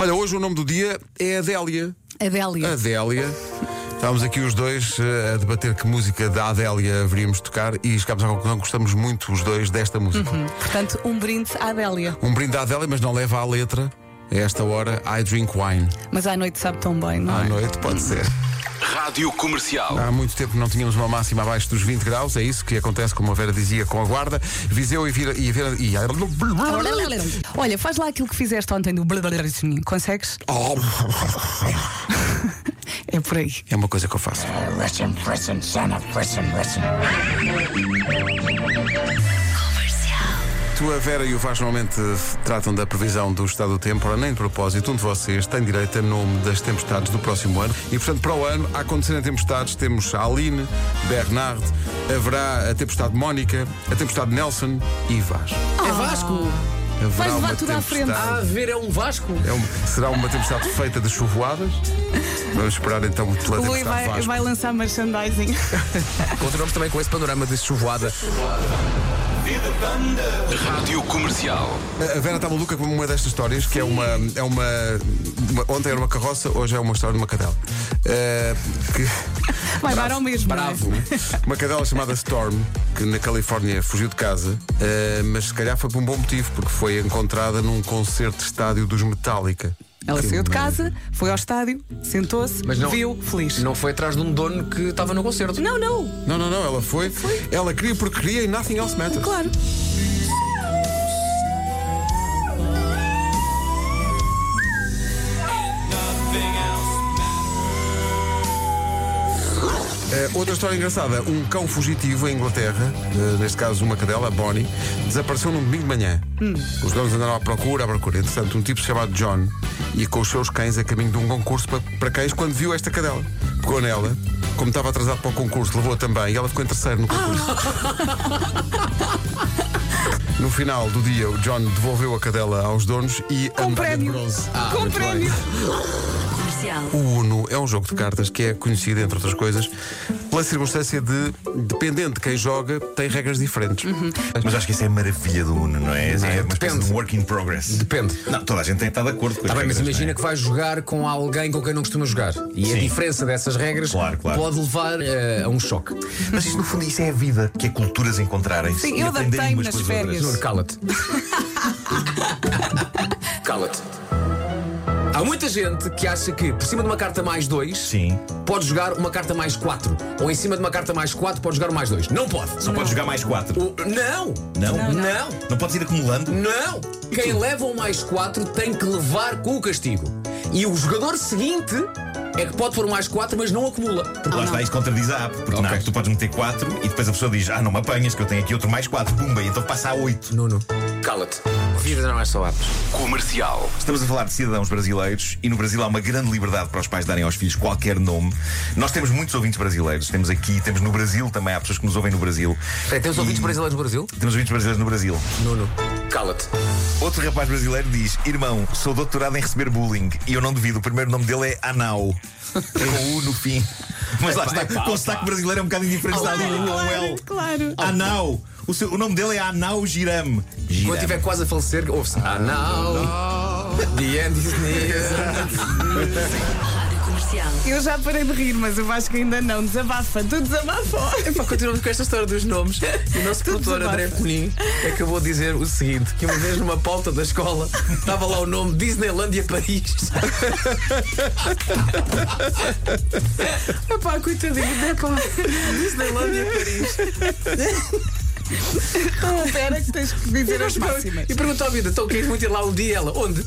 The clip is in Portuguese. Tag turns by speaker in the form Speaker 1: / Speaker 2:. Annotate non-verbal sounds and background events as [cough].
Speaker 1: Olha, hoje o nome do dia é Adélia.
Speaker 2: Adélia.
Speaker 1: Adélia. Estávamos aqui os dois eh, a debater que música da Adélia haveríamos de tocar e chegámos à conclusão que gostamos muito os dois desta música.
Speaker 2: Portanto, um brinde à Adélia.
Speaker 1: Um brinde à Adélia, mas não leva à letra. A esta hora, I drink wine.
Speaker 2: Mas à noite sabe tão bem, não
Speaker 1: À
Speaker 2: é?
Speaker 1: noite, pode ser.
Speaker 3: Rádio Comercial.
Speaker 1: Há muito tempo não tínhamos uma máxima abaixo dos 20 graus, é isso que acontece, como a Vera dizia, com a guarda. Viseu e Vira. E Vira e...
Speaker 2: [laughs] Olha, faz lá aquilo que fizeste ontem do blablablazinho. Consegues? É por aí.
Speaker 1: É uma coisa que eu faço.
Speaker 4: Listen, listen, son of, listen, listen.
Speaker 1: Tu, a Vera e o Vasco normalmente eh, tratam da previsão do estado do tempo, ora nem de propósito, um de vocês tem direito a nome das tempestades do próximo ano. E, portanto, para o ano, a acontecerem tempestades, temos a Aline, Bernard, haverá a tempestade Mónica, a tempestade Nelson e Vasco.
Speaker 5: É Vasco!
Speaker 1: Haverá
Speaker 2: Vais levar
Speaker 1: uma
Speaker 2: tudo à frente.
Speaker 1: tempestade.
Speaker 6: Ah.
Speaker 5: A ver, é um Vasco!
Speaker 1: É um- será uma tempestade feita de chovoadas? Vamos esperar então pela
Speaker 2: O Lui
Speaker 1: tempestade
Speaker 2: vai,
Speaker 1: Vasco.
Speaker 2: vai lançar merchandising.
Speaker 6: Continuamos também com esse panorama de chuvoada.
Speaker 3: Rádio Comercial.
Speaker 1: A Vera está maluca com uma destas histórias, que é uma, é uma, uma- Ontem era uma carroça, hoje é uma história de uma cadela. Eh, que-
Speaker 2: [laughs] Vai dar ao mesmo. não é?
Speaker 1: bravo. [laughs] Uma cadela chamada Storm, que na Califórnia fugiu de casa, eh, mas se calhar foi por um bom motivo, porque foi encontrada num concerto de estádio dos Metallica.
Speaker 2: Ela
Speaker 1: Que
Speaker 2: saiu de
Speaker 1: maravilha.
Speaker 2: casa, foi ao estádio, sentou-se,
Speaker 6: Mas não-
Speaker 2: viu, feliz.
Speaker 6: Não foi atrás de um dono que estava no concerto.
Speaker 2: Não, não,
Speaker 1: Não, não, não, ela foi. Ela queria porque queria e nothing else matters.
Speaker 2: claro.
Speaker 1: Eh, outra história engraçada: um cão fugitivo em Inglaterra, eh, neste caso uma cadela, a Bonnie, desapareceu num domingo de manhã.
Speaker 2: Hum.
Speaker 1: Os donos andaram à procura, à procura. Entretanto, um tipo chamado John e com os seus cães a caminho de um concurso para, para cães quando viu esta cadela. Pegou nela, como estava atrasado para o concurso, levou-a também e ela ficou em terceiro no
Speaker 2: [laughs]
Speaker 1: concurso. No final do dia, o John devolveu a cadela aos donos e a
Speaker 2: Com
Speaker 1: medalha de
Speaker 2: prémio.
Speaker 1: bronze. Ah,
Speaker 2: Com prémio.
Speaker 1: O Uno é um jogo de cartas que é conhecido, entre outras coisas, pela circunstância de, dependendo de quem joga, tem regras diferentes.
Speaker 7: Mas acho que isso é a maravilha do Uno, não é? É uma espécie
Speaker 6: depende.
Speaker 7: de um work in progress.
Speaker 6: Depende.
Speaker 7: Não, toda a gente tem que estar de acordo com as
Speaker 6: Tá bem, mas
Speaker 7: regras, não
Speaker 6: imagina
Speaker 7: é?
Speaker 6: que vais jogar com alguém com quem não costuma jogar. E a
Speaker 7: Sim.
Speaker 6: diferença dessas regras
Speaker 7: Claro, claro.
Speaker 6: pode levar eh, a um choque.
Speaker 7: Mas isto, no fundo, isso é a vida, que é culturas encontrarem-se.
Speaker 2: Sim,
Speaker 7: e
Speaker 2: eu
Speaker 7: aprenderem
Speaker 2: adaptei-me
Speaker 7: umas
Speaker 2: nas
Speaker 7: com as outras.
Speaker 2: férias.
Speaker 6: Nuno, cala-te. [laughs] cala-te. Há muita gente que acha que por cima de uma carta mais dois
Speaker 7: Sim.
Speaker 6: pode jogar uma carta mais quatro Ou em cima de uma carta mais quatro pode jogar o mais dois Não pode.
Speaker 7: Só podes jogar mais quatro.
Speaker 6: O- Não!
Speaker 7: Não?
Speaker 6: Não!
Speaker 7: Não podes ir acumulando?
Speaker 6: Não! Quem leva o mais 4 tem que levar com o castigo. E o jogador seguinte é que pode pôr o mais 4, mas não acumula.
Speaker 7: Lá está, isso contradiz a app. Porque não é que tu podes meter quatro e depois a pessoa diz, ah, não me apanhas, que eu tenho aqui outro mais quatro. Pumba, e então passa a oito.
Speaker 6: Nuno, cala-te. Vida não é só apps.
Speaker 3: Comercial.
Speaker 7: Estamos a falar de cidadãos brasileiros e no Brasil há uma grande liberdade para os pais darem aos filhos qualquer nome. Nós temos muitos ouvintes brasileiros. Temos aqui, temos no Brasil também, há pessoas que nos ouvem no Brasil.
Speaker 6: Temos
Speaker 7: E-
Speaker 6: ouvintes brasileiros no Brasil?
Speaker 7: Temos ouvintes brasileiros no Brasil.
Speaker 6: Nuno, cala-te.
Speaker 7: Outro rapaz brasileiro diz: Irmão, sou doutorado em receber bullying. E eu não duvido, o primeiro nome dele é Anau. Com U
Speaker 6: [laughs]
Speaker 7: no fim. Mas lá está, com o sotaque brasileiro é um bocado indiferenciado.
Speaker 2: Claro,
Speaker 7: ao
Speaker 2: claro,
Speaker 7: L.
Speaker 2: claro.
Speaker 7: Anau. O, seu- o nome dele é Anau Girame.
Speaker 6: Quando estiver quase a falecer, ouve-se. Ah, não! The end is near.
Speaker 2: Eu já parei de rir, mas eu acho que ainda não. Desabafa, tu desabafa.
Speaker 6: Pá, Continuamos com esta história dos nomes. O nosso
Speaker 2: Tudo
Speaker 6: produtor
Speaker 2: desabafa.
Speaker 6: André Penin acabou de dizer o seguinte: que uma vez numa pauta da escola estava lá o nome Disneylandia Paris.
Speaker 2: Epá, coitadinho, epá.
Speaker 6: Disneylandia Paris.
Speaker 2: Espera que tens que dizer as máximas.
Speaker 6: [laughs] E perguntou à vida: então queres muito ir lá um dia? Ela, onde?